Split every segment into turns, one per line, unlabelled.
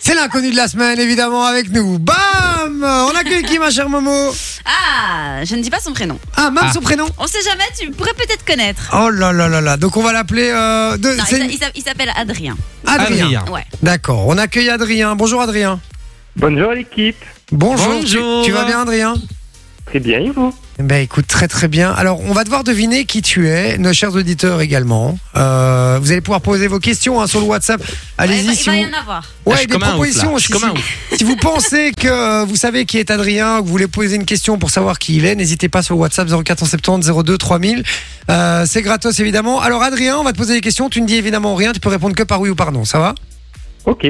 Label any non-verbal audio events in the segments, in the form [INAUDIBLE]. C'est l'inconnu de la semaine, évidemment, avec nous. Bam On accueille qui, ma chère Momo
Ah, je ne dis pas son prénom.
Ah, même
Ah.
son prénom
On sait jamais, tu pourrais peut-être connaître.
Oh là là là là. Donc, on va l'appeler euh, de-
Non, il
c'est
s'a- il s'a- il s'appelle Adrien.
Adrien.
Adrien.
Ouais.
D'accord, on accueille Adrien. Bonjour, Adrien.
Bonjour l'équipe.
Bonjour. tu-
Bonjour.
Tu, vas bien, Adrien
Très bien, et vous
Ben écoute, très très bien. Alors, on va devoir deviner qui tu es, nos chers auditeurs également. Euh, vous allez pouvoir poser vos questions hein, sur le WhatsApp.
Ouais, il va-
Allez-y
il
si
va
vous...
y en avoir. [LAUGHS]
Ah, je
Ouais,
suis
des
comme un ouf, là.
propositions.
Je suis
si-
comme un
si- Si
[LAUGHS]
vous pensez que euh, vous savez qui est Adrien, que vous voulez poser une question pour savoir qui il est, n'hésitez pas sur le WhatsApp 0470 02 3000. Euh, c'est gratos évidemment. Alors Adrien, on va te poser des questions. Tu ne dis évidemment rien. Tu peux répondre que par oui ou par non. Ça va
Ok.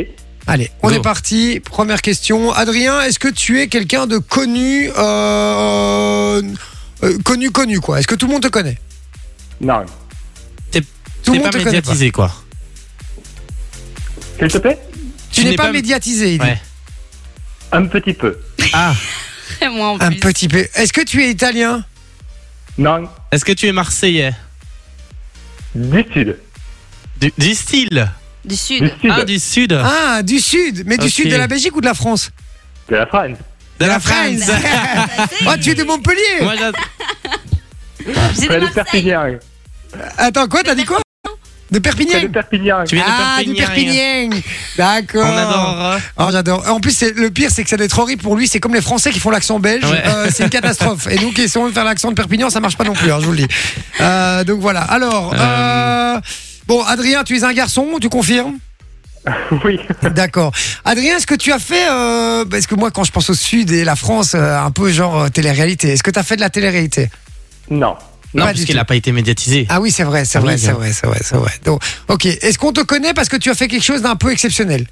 Allez, on
Go.
est parti. Première question. Adrien, est-ce que tu es quelqu'un de connu, euh, euh, connu, connu quoi Est-ce que tout le monde te connaît
Non.
Tout
T'es
le monde
pas
te connaît. pas.
médiatisé, quoi.
S'il te plaît
Tu n'es pas, médiatisé. il dit.
Ouais.
Un petit peu.
Ah,
Moi en
Un
plus.
petit peu. Est-ce que tu es italien
Non.
est-ce que tu es marseillais
Du sud.
du, du style
Du
Du
sud.
sud.
Ah, du sud
Ah, du sud. Mais du
Ok.
sud de la Belgique ou de la France
De la France.
De la
France.
France
[LAUGHS] Oh, tu es de Montpellier
Moi,
[LAUGHS]
j'ad-
J'ai
Près
de
de
Marseille.
Perpignan.
Attends, quoi T'as dit quoi De
Près
Perpignan
de Perpignan.
Tu viens de
Ah, du
Perpignan.
Perpignan D'accord.
On adore. hein.
Oh, j'adore. En plus, c'est- le pire, c'est que ça doit être horrible pour lui. C'est comme les Français qui font l'accent belge.
Ouais.
Euh, c'est une catastrophe. Et nous qui essayons de faire l'accent de Perpignan, ça marche pas non plus, hein, je vous le dis. Euh, donc voilà. Alors,
Euh.
euh, bon, Adrien, tu es un garçon, tu confirmes
[LAUGHS] Oui.
D'accord. Adrien, est-ce que tu as fait. Euh, parce que moi, quand je pense au Sud et la France, euh, un peu genre euh, télé-réalité, est-ce que tu as fait de la télé-réalité
Non.
Non,
Pas du
puisqu'il
tout.
n'a pas été médiatisé.
Ah oui, c'est vrai, c'est
Ah oui,
vrai, c'est
bien.
vrai, c'est vrai, c'est vrai. Donc, ok. Est-ce qu'on te connaît parce que tu as fait quelque chose d'un peu exceptionnel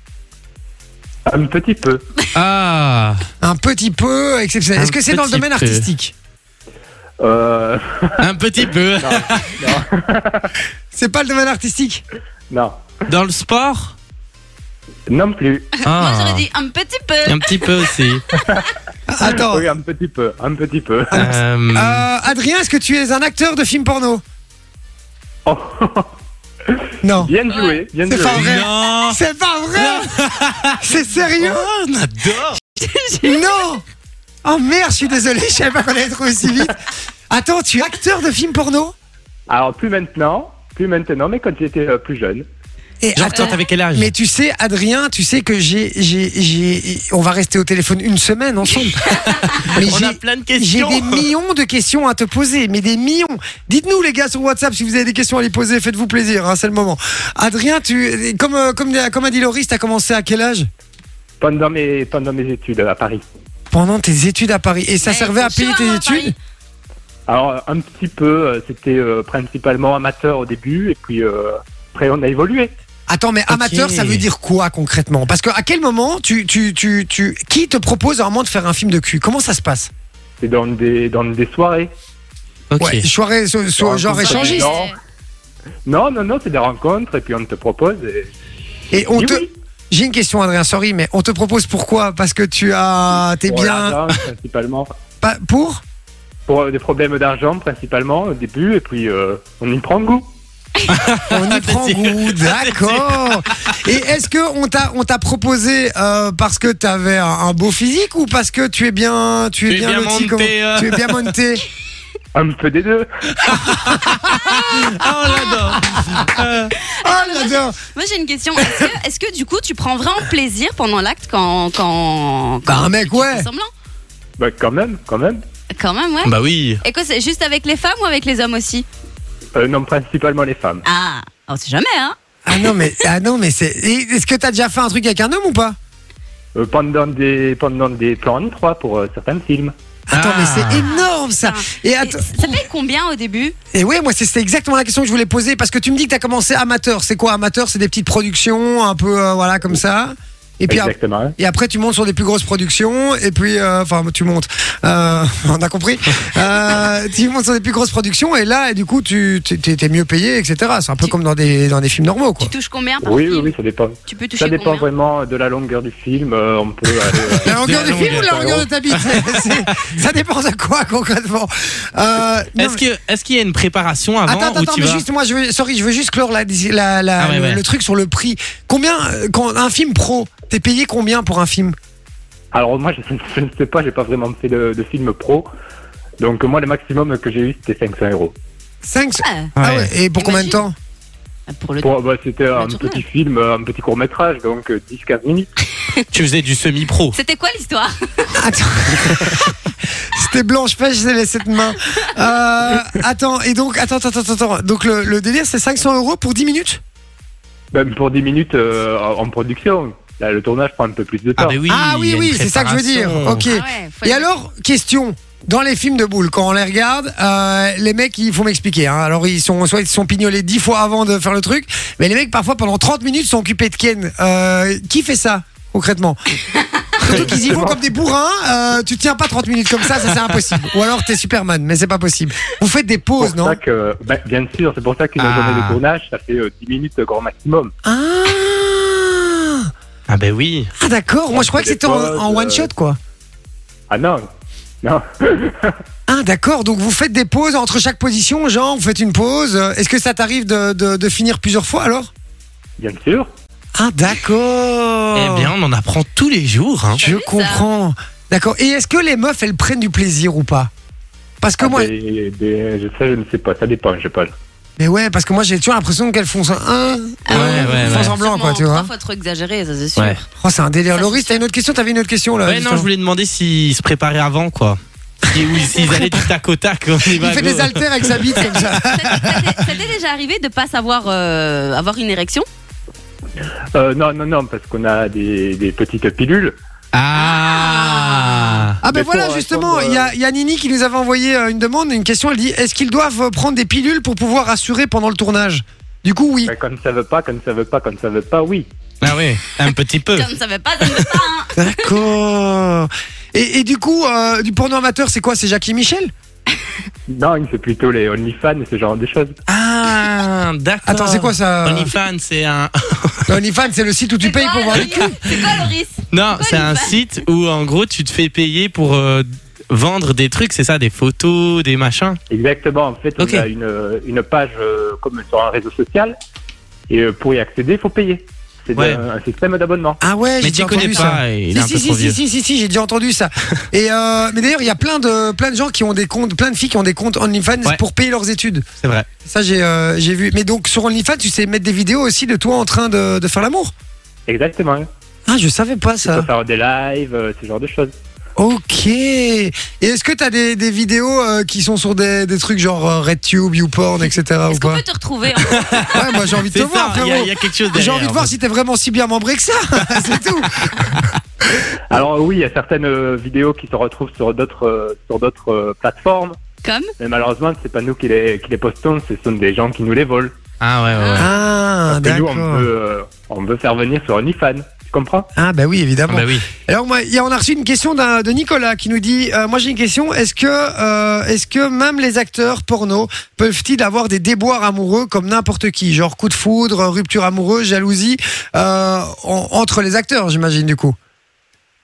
Un petit peu.
Ah,
Un petit peu exceptionnel.
Un
Est-ce que c'est dans le
petit
domaine
peu.
artistique
Euh.
un petit peu.
Non. non.
C'est pas le domaine artistique
Non.
Dans le sport
Non plus.
[LAUGHS] Moi
Ah,
j'aurais dit un petit peu.
un petit peu
[LAUGHS]
aussi. Ah,
Attends.
Oui, un petit peu. Un petit peu.
Ah,
Euh,
Euh, Adrien, est-ce que tu es un acteur de film porno
Oh.
Non.
[LAUGHS] Bien joué. Bien
C'est
joué.
pas vrai.
Non
C'est pas vrai [LAUGHS] C'est
[LAUGHS]
sérieux
On adore
Non Oh merde, je suis désolé, je savais pas qu'on allait trouver aussi vite. Attends, tu es acteur de film porno
Alors, plus maintenant. Plus maintenant, mais quand j'étais euh, plus jeune.
Et
Genre,
Euh,
attends,
toi, t'avais quel âge
Mais tu sais, Adrien, tu sais que j'ai, j'ai, j'ai, on va rester au téléphone une semaine
[LAUGHS]
ensemble. Mais
On a
j'ai-
plein de
j'ai
questions.
des millions de questions à te poser, mais des millions. Dites-nous les gars sur WhatsApp si vous avez des questions à les poser, faites-vous plaisir, hein, c'est le moment. Adrien, tu, comme, euh, comme, comme a dit Loris, t'as commencé à quel âge
Pendant mes, pendant mes études à Paris.
Pendant tes études à Paris. Et ça
Ouais,
servait à
faut
payer tes
sûrement hein, à
études
Paris.
Alors, un petit peu. euh, C'était euh, principalement amateur au début. Et puis, euh, après, on a évolué.
Attends, mais amateur, ça veut dire quoi concrètement Parce que à quel moment, tu, tu, tu, tu, qui te propose à un moment de faire un film de cul Comment ça se passe
C'est dans des, dans des soirées.
Ok.
Ouais, soirée, so- so-
Dans un
genre
concert.
échangiste.
Non. Non, non, non, c'est des rencontres et puis on te propose. Et...
Et on
Et
te.
oui.
J'ai une question, Adrien, sorry, mais on te propose pourquoi Parce que tu as. T'es
Pour
bien. [LAUGHS]
l'argent, principalement.
Pas, pour
Pour euh, des problèmes d'argent, principalement, au début, et puis euh, on y prend goût.
On y
C'est
prend
sûr.
goût, d'accord. Et est-ce que on t'a on t'a proposé euh, parce que t'avais un, un beau physique ou parce que tu es bien tu es, bien, loti,
monté,
comment-
euh.
tu es bien monté
Un peu des deux.
Ah, on
[LAUGHS]
l'adore. Euh,
Oh j'adore.
Moi j'ai une question. Est-ce que, est-ce que, du coup tu prends vraiment plaisir pendant l'acte quand quand
Bah, un mec,
tu
ouais.
fais semblant
Bah, quand même, quand même.
Quand même ouais.
Bah oui.
Et quoi c'est juste avec les femmes ou avec les hommes aussi
Euh, non, principalement les femmes.
Ah, on sait jamais hein.
Ah non mais ah non mais c'est et est-ce que t'as déjà fait un truc avec un homme ou pas
Euh, pendant, des, pendant des plans en trois pour euh, certains films.
Attends mais
Ah.
c'est énorme ça. Et
Et
attends
ça paye combien au début
et ouais moi c'est- c'était exactement la question que je voulais poser parce que tu me dis que t'as commencé amateur. C'est quoi amateur C'est des petites productions un peu euh, voilà comme ça. Et puis après-
Exactement.
Et après, tu montes sur des plus grosses productions, et puis, euh, enfin, tu montes. Euh, [LAUGHS] on a compris. Euh, tu montes sur des plus grosses productions, et là, et du coup, tu t'es- t'es t'es mieux payé, etc. C'est un peu
Tu-
comme dans des, dans des films normaux, quoi.
Tu touches combien par
Oui, oui,
film
oui, ça dépend.
Tu peux toucher
Ça dépend
combien
vraiment de la longueur du film. euh, on peut aller, euh,
La longueur
De
du
la
film ou la
longueur,
longueur de ta bite C'est- [LAUGHS] c'est- Ça dépend de quoi, concrètement. Euh, non,
Est-ce que- est-ce qu'il y a une préparation avant
Attends, attends,
ou
attends,
tu
mais
vas
juste, moi, je veux, sorry, je veux juste clore la, la, la-
Ah ouais,
le,
ouais.
le truc sur le prix. Combien, euh, quand un film pro, T'es payé combien pour un film
Alors moi, je, je ne sais pas, j'ai pas vraiment fait de, de film pro. Donc moi, le maximum que j'ai eu, c'était 500 euros.
5
Ah,
Ah ouais, et pour combien de
Imagine.
temps
pour le
Pour- bah, c'était un
tournage.
petit film, un petit court métrage, donc 10-15 minutes.
Tu faisais du semi-pro.
C'était quoi l'histoire
Attends. [LAUGHS] C'était Blanche Pêche, j'ai laissé de main. Euh, attends, et donc, attends, attends, attends, attends. Donc, le, le délire, c'est 500 euros pour 10 minutes
Même pour 10 minutes euh, en en production. Là, le tournage prend un peu plus de temps.
bah oui,
Ah oui,
il y a
oui,
une
c'est ça que je veux dire.
préparation.
Ok.
Ah ouais, faut
Et
aller-
alors, question. Dans les films de boules, quand on les regarde, euh, les mecs, il faut m'expliquer. hein. Alors, ils sont soit ils se sont pignolés 10 fois avant de faire le truc, mais les mecs, parfois, pendant 30 minutes, sont occupés de Ken. Euh, qui fait ça, concrètement Surtout qu'ils y vont comme des bourrins. euh, tu tiens pas 30 minutes comme ça, ça c'est impossible. Ou alors, t'es Superman, mais c'est pas possible. Vous faites des pauses,
C'est pour
non
ça que, bah, bien sûr, c'est pour ça qu'une
Ah.
journée de tournage, ça fait euh, 10 minutes euh, grand maximum.
Ah,
Ah ben oui.
Ah, d'accord. Moi, je croyais que c'était en, en one shot, quoi.
Ah non Non
Ah, d'accord. Donc, vous faites des pauses entre chaque position, genre, vous faites une pause. Euh, Est-ce que ça t'arrive de, de- de finir plusieurs fois alors
Bien sûr
Ah, d'accord.
Eh bien, on en apprend tous les jours. hein.
Je
T'as vu ça
comprends. D'accord. Et est-ce que les meufs, elles prennent du plaisir ou pas Parce que
Ah,
moi,
des- des- je sais, je ne sais pas, ça dépend, je pense.
mais ouais, parce que moi, j'ai toujours l'impression qu'elles font ça. Hein,
ouais,
elles
ouais,
font
ouais.
semblant, quoi, tu vois.
Parfois trop exagéré, ça c'est sûr.
Ouais.
Oh, c'est un délire.
Ça,
Laurie,
c'est
t'as une autre question T'avais une autre question là
Ouais, non,
justement.
je voulais demander s'ils se préparaient avant, quoi. Et où ils- s'ils allaient du tac au tac. On y
Il
va,
fait
bah, go.
des haltères avec sa bite comme ça.
[LAUGHS]
[LAUGHS]
Ça t'est déjà arrivé de pas savoir euh, avoir une érection
Euh, non, non, non, parce qu'on a des, des petites pilules.
Ah
Ah ben
Mais
voilà
pour
justement,
euh,
répondre,
il y, a- il y a Nini qui nous avait envoyé euh, une demande, une question, elle dit est-ce qu'ils doivent euh, prendre des pilules pour pouvoir assurer pendant le tournage Du coup oui.
Bah, Quand ça veut pas, quand ça veut pas, quand ça veut pas, oui.
Ah oui, un petit peu.
Ça ne savait pas, ça ne veut pas. hein.
D'accord. Et, et du coup, euh, du porno amateur, c'est quoi C'est Jackie Michel
Non, il fait plutôt les OnlyFans, ce genre de choses.
Ah, d'accord.
Attends, c'est quoi ça
OnlyFans, c'est un.
Le OnlyFans, c'est le site où tu
C'est
payes pour
quoi,
voir. Ah,
Loris C'est quoi, Loris
Non,
C'est quoi,
c'est un
OnlyFans
site où en gros tu te fais payer pour euh, vendre des trucs, c'est ça, des photos, des machins.
Exactement, en fait,
Ok.
on a une, euh, une page euh, comme sur un réseau social. Et euh, pour y accéder, il faut payer. C'est
Ouais.
un, un système d'abonnement.
Ah ouais, j'ai
Mais tu
déjà
connais
entendu ça.
pas, Ah, il
Si
est un peu
si si,
trop
si
vieux.
si si si, j'ai déjà entendu ça. Et euh, mais d'ailleurs, il y a plein de plein de gens qui ont des comptes, plein de filles qui ont des comptes OnlyFans
Ouais.
pour payer leurs études.
C'est vrai.
Ça j'ai euh, j'ai vu. Mais donc sur OnlyFans, tu sais mettre des vidéos aussi de toi en train de, de faire l'amour.
Exactement.
Ah, je savais pas
Il
ça.
faut faire des lives, euh, ce genre de choses.
Ok. Et est-ce que t'as des, des vidéos euh, qui sont sur des, des trucs genre euh, RedTube, YouPorn, etc. ou
Est-ce qu'on
pas
peut te retrouver
[LAUGHS]
hein
Ouais, moi j'ai envie de
C'est
te
ça,
voir,
il y a- il
frérot.
y, a quelque chose derrière.
J'ai envie de voir si t'es vraiment si bien membré que ça. [LAUGHS] C'est tout.
Alors oui, il y a certaines euh, vidéos qui se retrouvent sur d'autres euh, sur d'autres euh, plateformes,
Comme
mais malheureusement, c'est pas nous qui les qui les postons, ce sont des gens qui nous les volent.
Ah ouais, ouais. ouais.
Ah,
Que nous, on
d'accord.
veut euh, on veut faire venir sur OnlyFans. Tu comprends
Ah, bah oui,
Ah
évidemment.
bah oui.
Alors, moi, il y a- on a reçu une question d'un- de Nicolas qui nous dit euh, Moi j'ai une question, est-ce que, euh, est-ce que même les acteurs porno peuvent-ils avoir des déboires amoureux comme n'importe qui Genre coup de foudre, rupture amoureuse, jalousie, euh, en- entre les acteurs, j'imagine, du coup.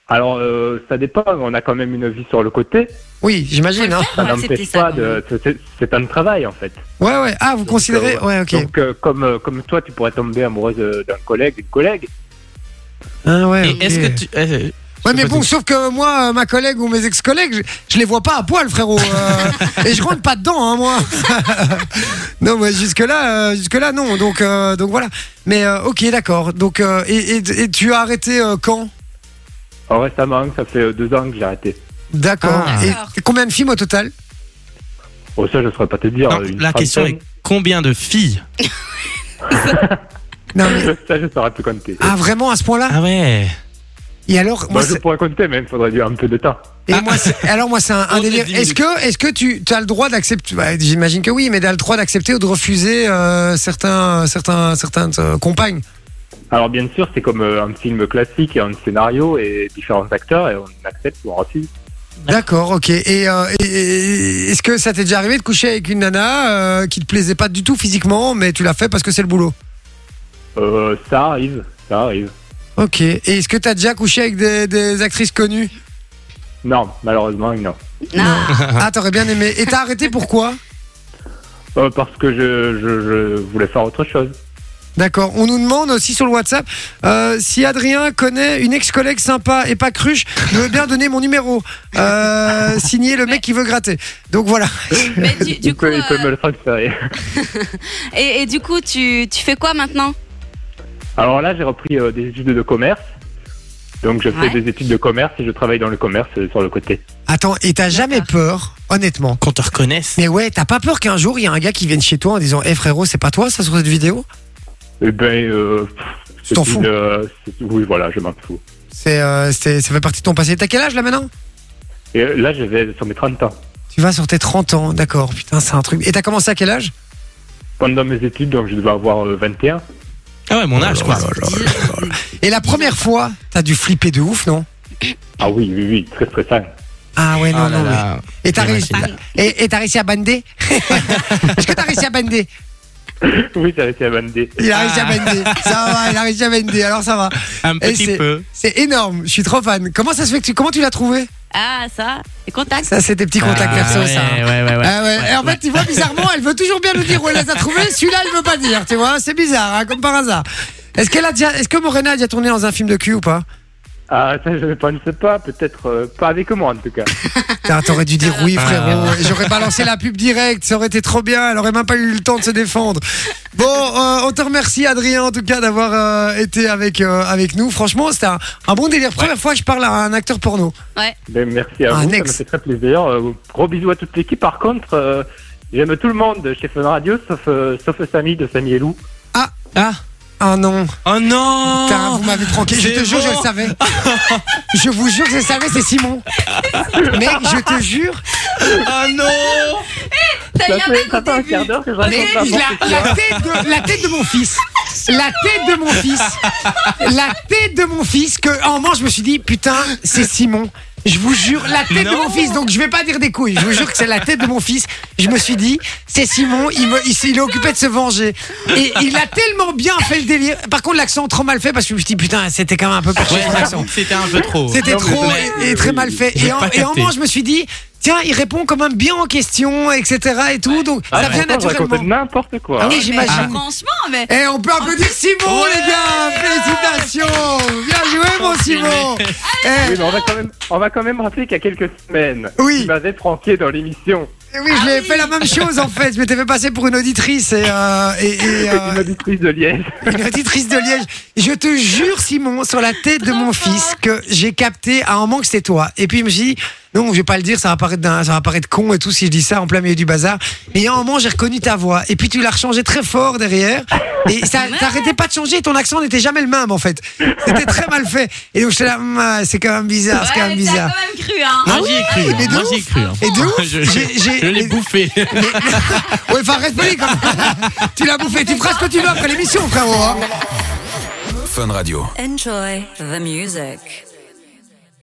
Alors euh, ça dépend. On a quand même une vie sur le côté.
Oui, j'imagine. Hein.
Ça
Ouais, c'était
n'empêche
ça,
pas
quand même.
de. c'est- c'est- C'est un travail en fait.
Ouais, ouais. Ah, vous
Donc,
considérez.
euh,
Ouais, ok.
Donc euh, comme euh, comme toi, tu pourrais tomber amoureuse euh, d'un collègue, d'une collègue.
Ah, ouais.
Et
ok.
est-ce que tu. euh,
Ouais, mais
pas
bon,
tout.
sauf que moi, euh, ma collègue ou mes ex-collègues, je, je les vois pas à poil, frérot. euh, et je rentre pas dedans, hein, moi. non, mais jusque-là, euh, jusque-là, non. Donc, euh, donc voilà. Mais euh, ok, d'accord. Donc, euh, et, et- et tu as arrêté euh, quand
Alors, récemment, ça fait euh, deux ans que j'ai arrêté.
D'accord.
Ah.
Et-
D'accord.
et combien de films au total
Oh ça, je saurais pas te dire.
non,
euh, une
la question est
trentaine.
combien de filles
Non, mais-
[LAUGHS] ça, je saurais plus compter.
Ah, vraiment, à ce point-là
Ah ouais.
Et alors,
Bah,
moi,
je
c'est-
pourrais compter, mais il faudrait dire un peu de temps.
Ah,
et moi, c'est- alors moi, c'est un, un
On est
délire.
dix
Est-ce que, est-ce que tu, tu as le droit d'accepter bah, J'imagine que oui, mais tu as le droit d'accepter ou de refuser euh, certains, certains, certaines euh, compagnes.
Alors bien sûr, c'est comme euh, un film classique, il y a un scénario et différents acteurs et on accepte ou on refuse.
D'accord, ok. Et, euh, et- et- est-ce que ça t'est déjà arrivé de coucher avec une nana euh, qui te plaisait pas du tout physiquement, mais tu l'as fait parce que c'est le boulot
Euh, ça arrive, ça arrive.
Ok. Et est-ce que t'as déjà couché avec des, des actrices connues
Non, malheureusement, non.
Ah,
Ah, t'aurais bien aimé. Et t'as arrêté pourquoi
Euh, parce que je, je, je voulais faire autre chose.
D'accord. On nous demande aussi sur le WhatsApp euh, si Adrien connaît une ex-collègue sympa et pas cruche, je veux bien donner mon numéro. Euh, signé le mec qui veut gratter. Donc voilà.
Mais du, du
il,
coup,
peut, il peut
euh,
me le transférer.
et, et du coup, tu, tu fais quoi maintenant
Alors là, j'ai repris euh, des études de commerce. Donc je fais
Ouais.
des études de commerce et je travaille dans le commerce euh, sur le côté.
Attends, et t'as jamais peur, honnêtement
Qu'on te reconnaisse.
mais Eh ouais, t'as pas peur qu'un jour il y a un gars qui vienne chez toi en disant Eh frérot, c'est pas toi ça sur cette vidéo
Eh ben, euh, pff, c'est
t'en
une,
fous.
euh, c'est- oui, voilà, je m'en fous.
C'est, euh, c'est- ça fait partie de ton passé. T'as quel âge là maintenant
Et euh, là, je vais sur mes 30 ans.
Tu vas sur tes 30 ans, d'accord. Putain, c'est un truc. Et t'as commencé à quel âge
Pendant mes études, donc je devais avoir euh, 21.
Ah ouais, mon âge,
bah,
Oh
quoi.
Et la première fois, t'as dû flipper de ouf, non
Ah oui, oui, oui, très stressant. [LAUGHS]
Ah ouais, non,
Ah là
non, oui.
là.
Et t'as réussi,
J'imagine.
et, et t'as réussi à bander [LAUGHS] Est-ce que t'as réussi à bander
Oui, ça a été à bander.
Il a réussi à
Ah.
bander. Ça va, il a réussi à bander. Alors ça va.
Un
Et
petit
c'est-
peu.
C'est énorme. Je suis trop fan. Comment ça se fait que tu, comment tu l'as trouvé
Ah, ça, les contacts.
Ça, c'est tes petits contacts
Ah,
perso,
ouais,
ça. hein.
Ouais, ouais, ouais.
Ah ouais. et en fait, tu vois, bizarrement, elle veut toujours bien nous dire où elle les a trouvés. Celui-là, elle veut pas dire. Tu vois, c'est bizarre, hein, comme par hasard. Est-ce qu'elle a déjà, est-ce que Morena a déjà tourné dans un film de cul ou pas
Ah, ça, je ne pense pas. Peut-être euh, pas avec moi, en tout cas.
Putain, T'aurais dû dire oui,
Ah.
frérot. Et J'aurais balancé la pub directe. Ça aurait été trop bien. Elle aurait même pas eu le temps de se défendre. Bon, euh, on te remercie, Adrien, en tout cas, d'avoir euh, été avec, euh, avec nous. Franchement, c'était un, un bon délire. Première fois que je parle à un acteur porno.
Ben, merci à
Ah,
vous,
next.
ça me fait très plaisir. Euh, gros bisous à toute l'équipe. Par contre, euh, j'aime tout le monde chez Fun Radio, sauf, euh, sauf Samy de Samy et Lou.
Ah.
Ah non.
Oh non
Putain, vous m'avez pranké. Je
C'est
te jure, je
bon.
le savais. je vous jure que je le savais, c'est Simon. Mec, je te jure.
Ah non
T'as
Ça
eu un mec
fait, ça
au
fait un quart
début.
d'heure que je
Mais
raconte ça. moi.
la, la tête de, la tête de mon fils. La tête de mon fils. La tête de mon fils. Que, en moment, je me suis dit, putain, c'est Simon. Je vous jure, la tête de
Non.
mon fils. Donc, je vais pas dire des couilles. Je vous jure que c'est la tête de mon fils. Je me suis dit, c'est Simon. Il, me, il, s'est- il est occupé de se venger. Et il a tellement bien fait le délire. Par contre, l'accent trop mal fait parce que je me suis dit, putain, c'était quand même un peu perché.
Ouais,
son accent.
j'avoue que c'était un peu trop.
C'était
Non, mais
trop
c'est-
et, et très mal fait.
J'ai
Et en,
pas
et en
capté.
moins, je me suis dit, tiens, il répond quand même bien en question, etc. et tout. Donc,
Ah,
ça
mais
vient
attends, je raconte
naturellement.
n'importe quoi.
Ah oui,
Eh, Mais
j'imagine.
Franchement, mais.
Et on peut applaudir Simon,
Ouais.
les gars Félicitations Bien joué, mon Simon
Oui, mais on va quand même, on va quand même rappeler qu'il y a quelques semaines,
Oui.
tu m'avais pranké dans l'émission.
Eh, Oui, je l'ai fait la même chose, en fait. Je m'étais fait passer pour une auditrice et, euh, et, et, euh,
Une auditrice de Liège.
une auditrice de Liège. Je te jure, Simon, sur la tête de mon fils, que j'ai capté ah, à un moment que c'était toi. Et puis, je me suis dit, non, je vais pas le dire, ça va paraître, d'un- ça va paraître con et tout si je dis ça en plein milieu du bazar. Mais à un moment, j'ai reconnu ta voix. Et puis, tu l'as rechangé très fort derrière. Et ça t'arrêtait pas de changer. Ton accent n'était jamais le même, en fait. C'était très mal fait. Et donc, je là, Hum, c'est quand même bizarre, c'est quand
Ouais,
même
mais t'as
bizarre. Ah
quand même cru, hein.
Moi j'y ai cru.
mais de
Moi
ouf.
j'y ai cru. hein.
Et de ouf,
[LAUGHS] Je,
j'ai- j'ai-
je l'ai bouffé.
Ouais, enfin, reste poli quand même. [LAUGHS] Tu l'as bouffé. Tu feras ce que tu veux après l'émission, frérot. hein.
Fun Radio.
Enjoy the music.